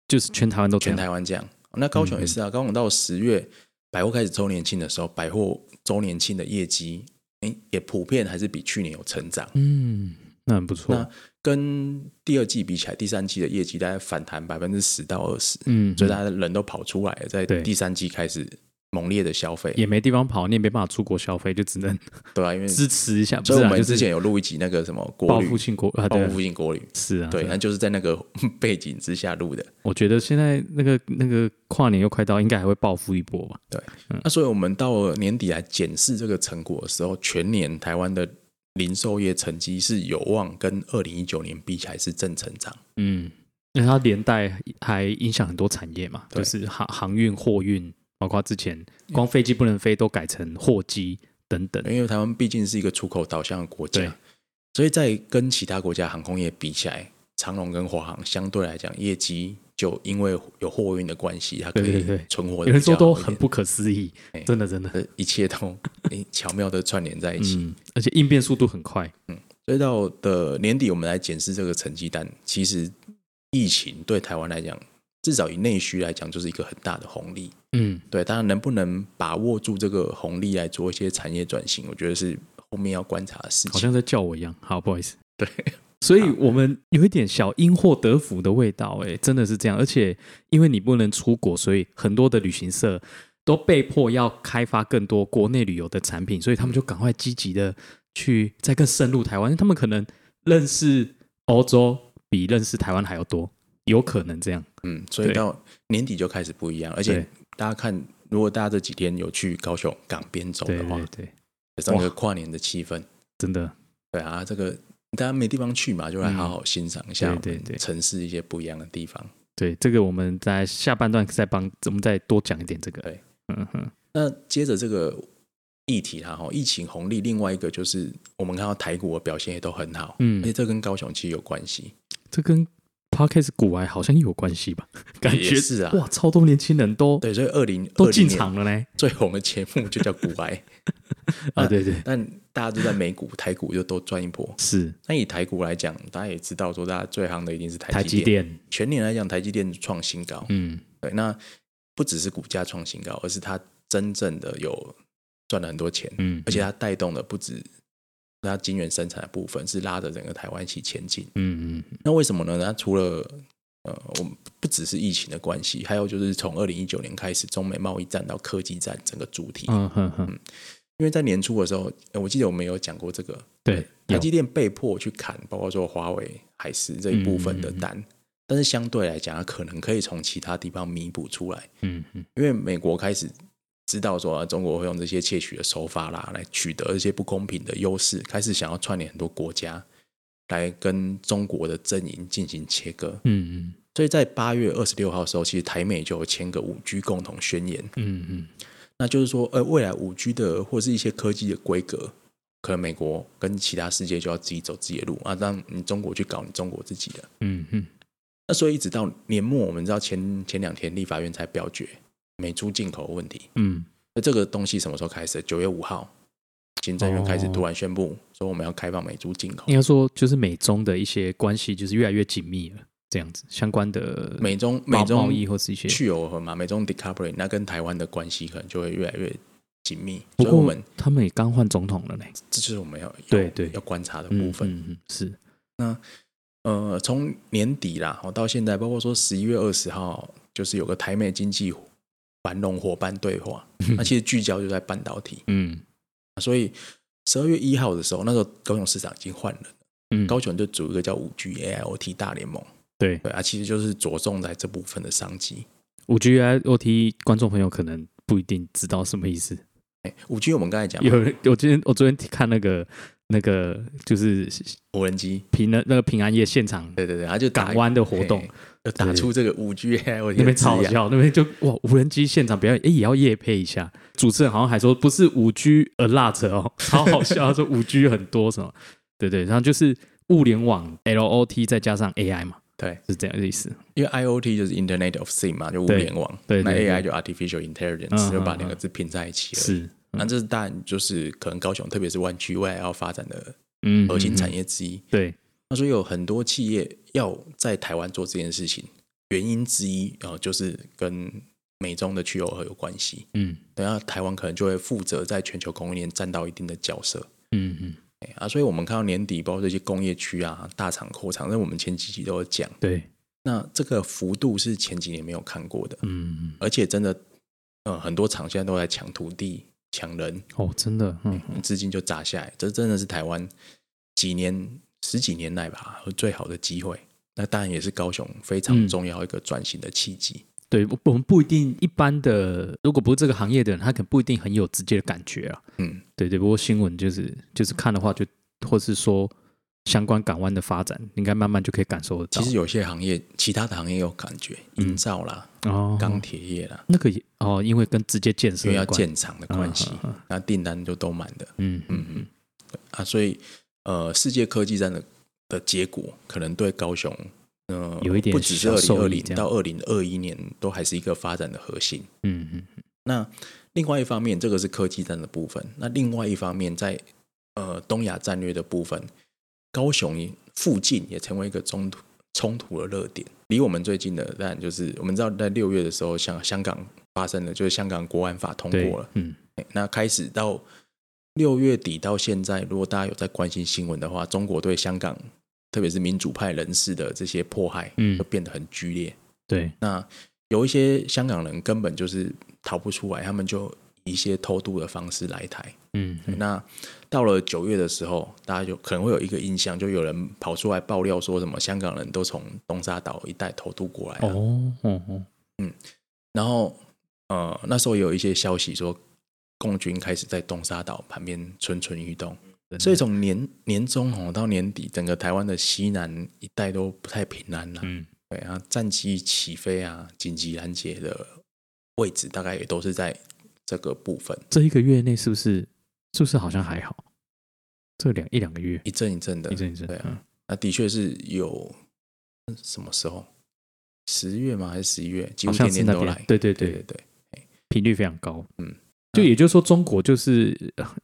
[SPEAKER 1] 就是全台湾都这
[SPEAKER 2] 全
[SPEAKER 1] 样。嗯
[SPEAKER 2] 台湾这样。那高雄也是啊，高雄到十月百货开始周年庆的时候，百货周年庆的业绩，诶也普遍还是比去年有成长。
[SPEAKER 1] 嗯，那很不错。
[SPEAKER 2] 那跟第二季比起来，第三季的业绩大概反弹百分之十到二十，
[SPEAKER 1] 嗯，
[SPEAKER 2] 所以大家人都跑出来了，在
[SPEAKER 1] 对
[SPEAKER 2] 第三季开始猛烈的消费，
[SPEAKER 1] 也没地方跑，你也没办法出国消费，就只能
[SPEAKER 2] 对啊吧、因 为
[SPEAKER 1] 支持一下。不
[SPEAKER 2] 所以
[SPEAKER 1] 是
[SPEAKER 2] 我
[SPEAKER 1] 啊，
[SPEAKER 2] 们
[SPEAKER 1] 就
[SPEAKER 2] 之
[SPEAKER 1] 是
[SPEAKER 2] 前有录一集那个什么
[SPEAKER 1] 报
[SPEAKER 2] 国旅
[SPEAKER 1] 复，性国啊，
[SPEAKER 2] 报
[SPEAKER 1] 对啊
[SPEAKER 2] 复，性国旅，
[SPEAKER 1] 是啊，
[SPEAKER 2] 对，
[SPEAKER 1] 啊
[SPEAKER 2] 那就是在那个 背景之下录的。
[SPEAKER 1] 我觉得现在那个那个跨年又快到，应该还会报复一波吧。
[SPEAKER 2] 那所以我们到了年底来检视这个成果的时候，全年台湾的零售业成绩是有望跟二零一九年比起来是正成长。
[SPEAKER 1] 嗯，因为它连带还影响很多产业嘛，就
[SPEAKER 2] 对
[SPEAKER 1] 是航航运、货运，包括之前光飞机不能飞都改成货机等等。
[SPEAKER 2] 因为台湾毕竟是一个出口导向的国
[SPEAKER 1] 对
[SPEAKER 2] 家，所以在跟其他国家航空业比起来，长荣跟华航相对来讲业绩就因为有货运的关系，它可
[SPEAKER 1] 对对
[SPEAKER 2] 以
[SPEAKER 1] 对
[SPEAKER 2] 存活
[SPEAKER 1] 有
[SPEAKER 2] 的
[SPEAKER 1] 人说都很
[SPEAKER 2] 很
[SPEAKER 1] 不可思议，真的真的，
[SPEAKER 2] 一哎切都、 诶巧妙的串联在一起。
[SPEAKER 1] 嗯，而且应变速度很快。
[SPEAKER 2] 所以到的年底，我们来检视这个成绩单，其实疫情对台湾来讲，至少以内需来讲，就是一个很大的红利。
[SPEAKER 1] 嗯，
[SPEAKER 2] 对，当然能不能把握住这个红利来做一些产业转型，我觉得是后面要观察的事
[SPEAKER 1] 好
[SPEAKER 2] 情。
[SPEAKER 1] 像在叫我一样。好，不好意思。对，所以我们有一点小因祸得福的味道、哎，真的是这样。而且因为你不能出国，所以很多的旅行社都被迫要开发更多国内旅游的产品，所以他们就赶快积极的去再更深入台湾，因为他们可能认识欧洲比认识台湾还要多，有可能这样。
[SPEAKER 2] 嗯，所以
[SPEAKER 1] 对
[SPEAKER 2] 到年底就开始不一样，而
[SPEAKER 1] 对
[SPEAKER 2] 且大家看，如果大家这几天有去高雄港边走
[SPEAKER 1] 对
[SPEAKER 2] 的话
[SPEAKER 1] 对，对，
[SPEAKER 2] 整个跨年的气氛，
[SPEAKER 1] 真的，
[SPEAKER 2] 对啊，这个大家没地方去嘛，就来好好欣赏一
[SPEAKER 1] 嗯
[SPEAKER 2] 下
[SPEAKER 1] 对
[SPEAKER 2] 我
[SPEAKER 1] 对
[SPEAKER 2] 们
[SPEAKER 1] 对
[SPEAKER 2] 城市一些不一样的地方。
[SPEAKER 1] 对这个我们在下半段再帮我们再多讲一点这个。
[SPEAKER 2] 对，
[SPEAKER 1] 嗯哼，
[SPEAKER 2] 那接着这个议题啦，哈，疫情红利，另外一个就是我们看到台股的表现也都很好，
[SPEAKER 1] 嗯
[SPEAKER 2] 而且这跟高雄其实有关系，
[SPEAKER 1] 这跟 podcast 股癌好像也有关系吧？ 感觉
[SPEAKER 2] 也是啊
[SPEAKER 1] 哇，超多年轻人都
[SPEAKER 2] 对，所以二零
[SPEAKER 1] 都
[SPEAKER 2] 二零
[SPEAKER 1] 进
[SPEAKER 2] 年
[SPEAKER 1] 场了呢。
[SPEAKER 2] 最红的节目就叫股癌，
[SPEAKER 1] 啊，对对，
[SPEAKER 2] 但大家都在美股、台股就都赚一波。
[SPEAKER 1] 是
[SPEAKER 2] 那以台股来讲，大家也知道说，大家最行的一定是台
[SPEAKER 1] 台积
[SPEAKER 2] 电。
[SPEAKER 1] 电，
[SPEAKER 2] 全年来讲，台积电创新高，
[SPEAKER 1] 嗯，
[SPEAKER 2] 对，那不只是股价创新高，而是它真正的有赚了很多钱，
[SPEAKER 1] 嗯
[SPEAKER 2] 而且它带动的不止它晶圆生产的部分，是拉着整个台湾一起前进。
[SPEAKER 1] 嗯嗯
[SPEAKER 2] 那为什么呢？那除了呃，我们不只是疫情的关系，还有就是从二零一九年开始，中美贸易战到科技战整个主题，
[SPEAKER 1] 嗯哼哼，
[SPEAKER 2] 因为在年初的时候，呃我记得我们有讲过这个，
[SPEAKER 1] 对，
[SPEAKER 2] 台
[SPEAKER 1] 有
[SPEAKER 2] 积电被迫去砍，包括说华为、海思这一部分
[SPEAKER 1] 嗯
[SPEAKER 2] 的单，但是相对来讲，它可能可以从其他地方弥补出来，
[SPEAKER 1] 嗯嗯
[SPEAKER 2] 因为美国开始。知道说、啊、中国会用这些窃取的手法啦，来取得一些不公平的优势，开始想要串联很多国家，来跟中国的阵营进行切割。
[SPEAKER 1] 嗯嗯
[SPEAKER 2] 所以在八月二十六号的时候，其实台美就有签个五 G 共同宣言，
[SPEAKER 1] 嗯嗯，
[SPEAKER 2] 那就是说，呃，未来五 G 的或是一些科技的规格，可能美国跟其他世界就要自己走自己的路啊，让你中国去搞你中国自己的。
[SPEAKER 1] 嗯嗯
[SPEAKER 2] 那所以一直到年末，我们知道前前两天立法院才表决美猪进口的问题，
[SPEAKER 1] 嗯
[SPEAKER 2] 那这个东西什么时候开始？九月五号，行政院开始
[SPEAKER 1] 哦
[SPEAKER 2] 突然宣布说我们要开放美猪进口
[SPEAKER 1] 应，该说就是美中的一些关系就是越来越紧密了，这样子相关的
[SPEAKER 2] 美中
[SPEAKER 1] 贸
[SPEAKER 2] 美中
[SPEAKER 1] 贸易或是一些，
[SPEAKER 2] 去油和嘛，美中 decoupling，那跟台湾的关系可能就会越来越紧密。
[SPEAKER 1] 不
[SPEAKER 2] 所以我
[SPEAKER 1] 过
[SPEAKER 2] 们
[SPEAKER 1] 他们也刚换总统了呢，
[SPEAKER 2] 这就是我们要
[SPEAKER 1] 对对
[SPEAKER 2] 要观察的
[SPEAKER 1] 嗯
[SPEAKER 2] 部分。
[SPEAKER 1] 嗯嗯是，
[SPEAKER 2] 呃，从年底啦，哦到现在，包括说十一月二十号，就是有个台美经济繁荣伙伴对话，那其实聚焦就在半导体。
[SPEAKER 1] 嗯
[SPEAKER 2] 所以十二月一号的时候，那时候高雄市长已经换人了，
[SPEAKER 1] 嗯，
[SPEAKER 2] 高雄就组一个叫五 G AIoT 大联盟，
[SPEAKER 1] 对
[SPEAKER 2] 对啊，其实就是着重在这部分的商机。
[SPEAKER 1] 五 G IoT 观众朋友可能不一定知道什么意思。
[SPEAKER 2] 哎五 G 我们刚才讲 嘛
[SPEAKER 1] 有人，我今天我昨天看那个那个就是
[SPEAKER 2] 无人机，
[SPEAKER 1] 平安那个平安夜现场
[SPEAKER 2] 对对对，他就打
[SPEAKER 1] 港湾的活动
[SPEAKER 2] 嘿，就打出这个五 G AIoT
[SPEAKER 1] 那边超好
[SPEAKER 2] 的字样
[SPEAKER 1] 笑，那边就哇无人机现场表演，哎、也要夜配一下。主持人好像还说不是五 G a lot 哦， 超好笑，他说五 G 很多什么，对对，然后就是物联网 LOT 再加上 AI 嘛，
[SPEAKER 2] 对，
[SPEAKER 1] 是这样的意思。
[SPEAKER 2] 因为 IoT 就是 Internet of Things 嘛，就物
[SPEAKER 1] 对
[SPEAKER 2] 联网，
[SPEAKER 1] 对
[SPEAKER 2] 那
[SPEAKER 1] 对
[SPEAKER 2] AI 就 Artificial Intelligence，
[SPEAKER 1] 嗯
[SPEAKER 2] 就把
[SPEAKER 1] 嗯
[SPEAKER 2] 两个字拼在一起了。
[SPEAKER 1] 是，
[SPEAKER 2] 那这是当然就是可能高雄，特别是湾区未来要发展的
[SPEAKER 1] 嗯，
[SPEAKER 2] 核心产
[SPEAKER 1] 业
[SPEAKER 2] 业之一。
[SPEAKER 1] 对，
[SPEAKER 2] 那所以有很多企业要在台湾做这件事情，原因之一啊、呃就是跟美中的去欧和有关系。
[SPEAKER 1] 嗯
[SPEAKER 2] 等下台湾可能就会负责在全球供应链占到一定的角色。
[SPEAKER 1] 嗯嗯，
[SPEAKER 2] 哎啊，所以我们看到年底，包括这些工业区啊、大厂、扩厂，那我们前几集都有讲，
[SPEAKER 1] 对，
[SPEAKER 2] 那这个幅度是前几年没有看过的，
[SPEAKER 1] 嗯
[SPEAKER 2] 而且真的，呃，很多厂现在都在抢土地、抢人，
[SPEAKER 1] 哦，真的，嗯
[SPEAKER 2] 资金就砸下来，这真的是台湾几年、十几年来吧最好的机会。那当然也是高雄非常
[SPEAKER 1] 嗯
[SPEAKER 2] 重要一个转型的契机。
[SPEAKER 1] 对，我我们不一定一般的，如果不是这个行业的人，他可能不一定很有直接的感觉啊。
[SPEAKER 2] 嗯，
[SPEAKER 1] 对对，不过新闻就是就是看的话就，或是说相关港湾的发展，应该慢慢就可以感受得到。
[SPEAKER 2] 其实有些行业，其他的行业有感觉，
[SPEAKER 1] 嗯
[SPEAKER 2] 营造啦、
[SPEAKER 1] 哦，
[SPEAKER 2] 钢铁业啦，
[SPEAKER 1] 那个也哦，因为跟直接建设
[SPEAKER 2] 因为要
[SPEAKER 1] 有关
[SPEAKER 2] 建厂的关系
[SPEAKER 1] 嗯嗯嗯，
[SPEAKER 2] 那订单就都满的
[SPEAKER 1] 嗯嗯嗯，
[SPEAKER 2] 啊。所以，呃，世界科技战的的结果，可能对高雄，呃，
[SPEAKER 1] 有一点
[SPEAKER 2] 不只是
[SPEAKER 1] 小
[SPEAKER 2] 二零
[SPEAKER 1] 受
[SPEAKER 2] 二
[SPEAKER 1] 益
[SPEAKER 2] 零
[SPEAKER 1] 这样
[SPEAKER 2] 到二零二一年，都还是一个发展的核心。
[SPEAKER 1] 嗯嗯
[SPEAKER 2] 那另外一方面，这个是科技战的部分。那另外一方面在，呃东亚战略的部分，高雄附近也成为一个冲突冲突的热点。离我们最近的，当然就是我们知道，在六月的时候，香香港发生了，就是香港国安法通
[SPEAKER 1] 对
[SPEAKER 2] 过了。，
[SPEAKER 1] 嗯
[SPEAKER 2] 那开始到六月底到现在，如果大家有在关心新闻的话，中国对香港，特别是民主派人士的这些迫害，
[SPEAKER 1] 嗯
[SPEAKER 2] 就变得很剧烈。
[SPEAKER 1] 对，
[SPEAKER 2] 那有一些香港人根本就是逃不出来，他们就以一些偷渡的方式来台。
[SPEAKER 1] 嗯嗯
[SPEAKER 2] 那到了九月的时候，大家就可能会有一个印象，就有人跑出来爆料说什么香港人都从东沙岛一带偷渡过来、啊。
[SPEAKER 1] 哦哦哦，
[SPEAKER 2] 然后呃，那时候也有一些消息说，共军开始在东沙岛旁边蠢蠢欲动。所以从年年中哦到年底，整个台湾的西南一带都不太平安了、
[SPEAKER 1] 嗯
[SPEAKER 2] 对啊，战机起飞啊，紧急拦截的位置大概也都是在这个部分，
[SPEAKER 1] 这一个月内是不是是不是好像还好？这两一两个月
[SPEAKER 2] 一阵一阵的
[SPEAKER 1] 一。阵一阵，嗯
[SPEAKER 2] 对啊，那的确是有嗯什么时候？十月吗？还是十一月？几
[SPEAKER 1] 好
[SPEAKER 2] 乎
[SPEAKER 1] 像
[SPEAKER 2] 天
[SPEAKER 1] 是
[SPEAKER 2] 天
[SPEAKER 1] 那
[SPEAKER 2] 都
[SPEAKER 1] 边
[SPEAKER 2] 来。
[SPEAKER 1] 对对
[SPEAKER 2] 对
[SPEAKER 1] 对，
[SPEAKER 2] 对
[SPEAKER 1] 频率非常高。
[SPEAKER 2] 嗯，
[SPEAKER 1] 就也就是说，中国就是呃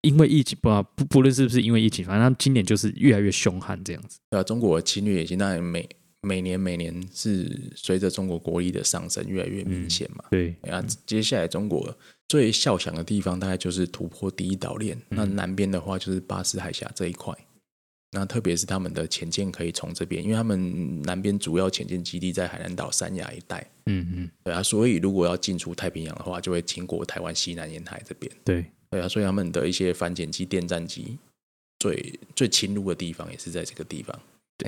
[SPEAKER 1] 因为疫情不不不论是不是因为疫情，反正他们今年就是越来越凶悍这样子。
[SPEAKER 2] 对啊！中国的侵略野心，那每每年每年是随着中国国力的上升越来越明显嘛。
[SPEAKER 1] 对，
[SPEAKER 2] 对啊，接下来中国最笑想的地方大概就是突破第一岛链，那
[SPEAKER 1] 嗯
[SPEAKER 2] 南边的话就是巴士海峡这一块。那特别是他们的潜舰可以从这边，因为他们南边主要潜舰基地在海南岛三亚一带，
[SPEAKER 1] 嗯嗯，
[SPEAKER 2] 对啊，所以如果要进出太平洋的话，就会经过台湾西南沿海这边，
[SPEAKER 1] 对，
[SPEAKER 2] 对啊，所以他们的一些反潜机、电战机最最侵入的地方也是在这个地方。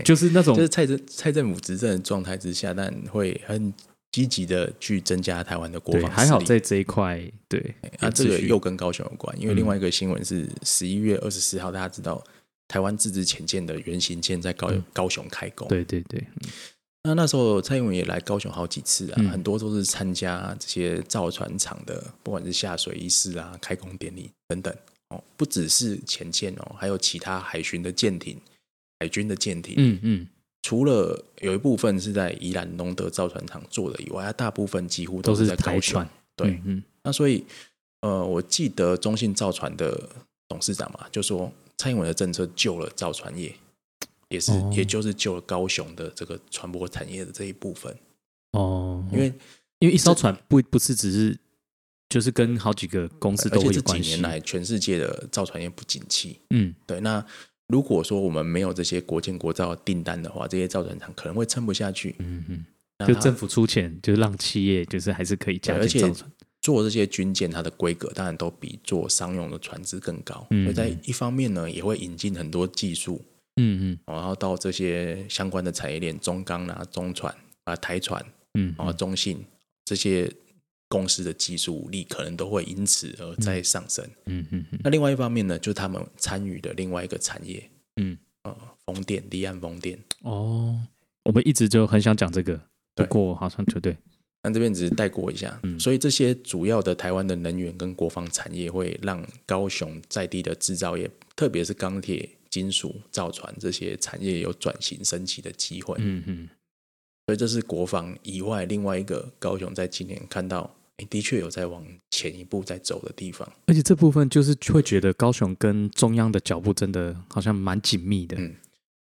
[SPEAKER 1] 就是那种
[SPEAKER 2] 就是蔡政蔡政府执政的状态之下，但会很积极的去增加台湾的国
[SPEAKER 1] 对，
[SPEAKER 2] 防
[SPEAKER 1] 还好
[SPEAKER 2] 实力
[SPEAKER 1] 在这一块，对，
[SPEAKER 2] 啊，
[SPEAKER 1] 也持
[SPEAKER 2] 这个
[SPEAKER 1] 续嗯
[SPEAKER 2] 又跟高雄有关，因为另外一个新闻是十一月二十四号，大家知道台湾自制潜舰的原型舰在高、
[SPEAKER 1] 嗯
[SPEAKER 2] 高雄开工。，
[SPEAKER 1] 对对对，
[SPEAKER 2] 那那时候蔡英文也来高雄好几次啊，
[SPEAKER 1] 嗯
[SPEAKER 2] 很多都是参加这些造船厂的，不管是下水仪式啊、开工典礼等等哦，不只是潜舰哦，还有其他海巡的舰艇、海军的舰艇。
[SPEAKER 1] 嗯嗯，
[SPEAKER 2] 除了有一部分是在宜兰农德造船厂做的以外，它啊大部分几乎
[SPEAKER 1] 都
[SPEAKER 2] 是
[SPEAKER 1] 是
[SPEAKER 2] 在高
[SPEAKER 1] 台
[SPEAKER 2] 雄。
[SPEAKER 1] 船，
[SPEAKER 2] 对
[SPEAKER 1] 嗯，嗯，
[SPEAKER 2] 那所以，呃，我记得中信造船的董事长嘛，就说蔡英文的政策救了造船业，也是、
[SPEAKER 1] 哦
[SPEAKER 2] 也就是救了高雄的这个船舶产业的这一部分，
[SPEAKER 1] 哦，
[SPEAKER 2] 因为、
[SPEAKER 1] 因为一艘船不不是只是就是跟好几个公司
[SPEAKER 2] 而
[SPEAKER 1] 都
[SPEAKER 2] 且
[SPEAKER 1] 会
[SPEAKER 2] 这
[SPEAKER 1] 有
[SPEAKER 2] 几
[SPEAKER 1] 关系
[SPEAKER 2] 年，来全世界的造船业不景气，
[SPEAKER 1] 嗯，
[SPEAKER 2] 对，那如果说我们没有这些国建国造的订单的话，这些造船厂可能会撑不下去，
[SPEAKER 1] 嗯嗯，
[SPEAKER 2] 那
[SPEAKER 1] 就
[SPEAKER 2] 它
[SPEAKER 1] 政府出钱，就让企业就是还是可以加
[SPEAKER 2] 对而
[SPEAKER 1] 进
[SPEAKER 2] 且
[SPEAKER 1] 造船，
[SPEAKER 2] 做这些军舰，它的规格当然都比做商用的船只更高。
[SPEAKER 1] 嗯
[SPEAKER 2] 所以在一方面呢，也会引进很多技术，
[SPEAKER 1] 嗯
[SPEAKER 2] 哦然后到这些相关的产业链，中钢啊、中船啊、台船
[SPEAKER 1] 嗯嗯
[SPEAKER 2] 啊、中信这些公司的技术武力，可能都会因此而在上升。
[SPEAKER 1] 嗯嗯嗯
[SPEAKER 2] 那另外一方面呢，就是他们参与的另外一个产业
[SPEAKER 1] 嗯
[SPEAKER 2] 啊、呃风电、离岸风电。
[SPEAKER 1] 哦，我们一直就很想讲这个，不
[SPEAKER 2] 对
[SPEAKER 1] 过好像就对，
[SPEAKER 2] 那这边只是带过一下，
[SPEAKER 1] 嗯
[SPEAKER 2] 所以这些主要的台湾的能源跟国防产业，会让高雄在地的制造业，特别是钢铁、金属、造船这些产业有转型升级的机会。
[SPEAKER 1] 嗯嗯
[SPEAKER 2] 所以这是国防以外另外一个高雄在今年看到，诶的确有在往前一步在走的地方。
[SPEAKER 1] 而且这部分就是会觉得高雄跟中央的脚步真的好像蛮紧密的。
[SPEAKER 2] 嗯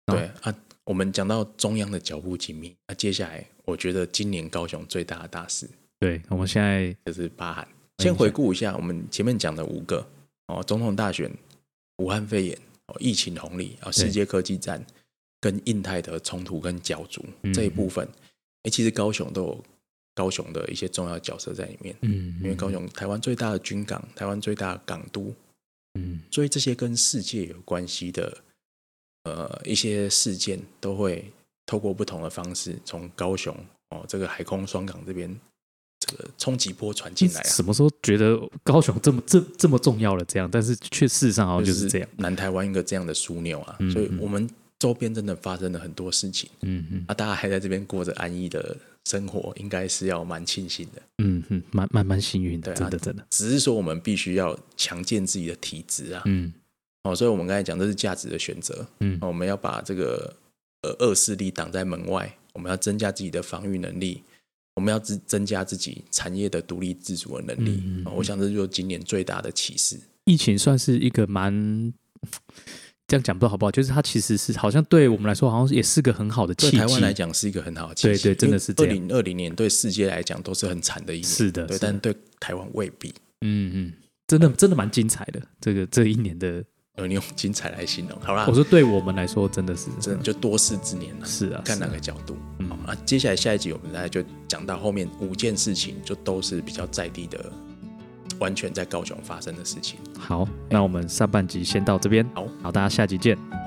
[SPEAKER 1] 哦
[SPEAKER 2] 对啊，我们讲到中央的脚步紧密，那、接下来我觉得今年高雄最大的大事
[SPEAKER 1] 对，我们现在
[SPEAKER 2] 就是巴韩。
[SPEAKER 1] 下
[SPEAKER 2] 先回顾一下我们前面讲的五个哦，总统大选、武汉肺炎、哦疫情红利啊、世界科技战跟印太的冲突跟角逐
[SPEAKER 1] 嗯
[SPEAKER 2] 这一部分，诶，其实高雄都有高雄的一些重要角色在里面。
[SPEAKER 1] 嗯，
[SPEAKER 2] 因为高雄台湾最大的军港，台湾最大的港都，
[SPEAKER 1] 嗯
[SPEAKER 2] 所以这些跟世界有关系的呃一些事件，都会透过不同的方式从高雄哦这个海空双港这边这个冲击波传进来啊，
[SPEAKER 1] 什么时候觉得高雄这么这这么重要了？这样，但是却事实上好像哦就是这样。，
[SPEAKER 2] 南台湾一个这样的枢纽啊，
[SPEAKER 1] 嗯
[SPEAKER 2] 所以
[SPEAKER 1] 嗯
[SPEAKER 2] 我们周边真的发生了很多事情
[SPEAKER 1] 嗯嗯
[SPEAKER 2] 啊，大家还在这边过着安逸的生活，应该是要蛮庆幸的。
[SPEAKER 1] 嗯嗯，蛮蛮蛮幸运的，
[SPEAKER 2] 对啊
[SPEAKER 1] 真的真的。
[SPEAKER 2] 只是说我们必须要强健自己的体质啊，
[SPEAKER 1] 嗯
[SPEAKER 2] 哦，所以我们刚才讲这是价值的选择，
[SPEAKER 1] 嗯
[SPEAKER 2] 哦我们要把这个呃恶势力挡在门外，我们要增加自己的防御能力，我们要增增加自己产业的独立自主的能力。
[SPEAKER 1] 嗯嗯
[SPEAKER 2] 哦我想这就是今年最大的启示。
[SPEAKER 1] 疫情算是一个蛮。这样讲不知道好不好，就是它其实是好像对我们来说，好像也是个很好的契
[SPEAKER 2] 对
[SPEAKER 1] 机。
[SPEAKER 2] 台湾来讲是一个很好的契机，
[SPEAKER 1] 对对真的是这
[SPEAKER 2] 二
[SPEAKER 1] 样
[SPEAKER 2] 零二零年对世界来讲都是很惨的一年，
[SPEAKER 1] 是的
[SPEAKER 2] 对，
[SPEAKER 1] 是的
[SPEAKER 2] 但对台湾未必。
[SPEAKER 1] 嗯嗯，真的真的蛮精彩的。这个这一年的，
[SPEAKER 2] 呃，你用精彩来形容，好啦
[SPEAKER 1] 我，说对我们来说真的是
[SPEAKER 2] 啊真的就多事之年了。
[SPEAKER 1] 是啊，
[SPEAKER 2] 看
[SPEAKER 1] 是
[SPEAKER 2] 哪
[SPEAKER 1] 啊
[SPEAKER 2] 个角度。
[SPEAKER 1] 嗯
[SPEAKER 2] 好，那接下来下一集我们大概就讲到后面五件事情，就都是比较在地的，完全在高雄发生的事情。
[SPEAKER 1] 好，那我们上半集先到这边，
[SPEAKER 2] 好
[SPEAKER 1] 好，大家下集见，拜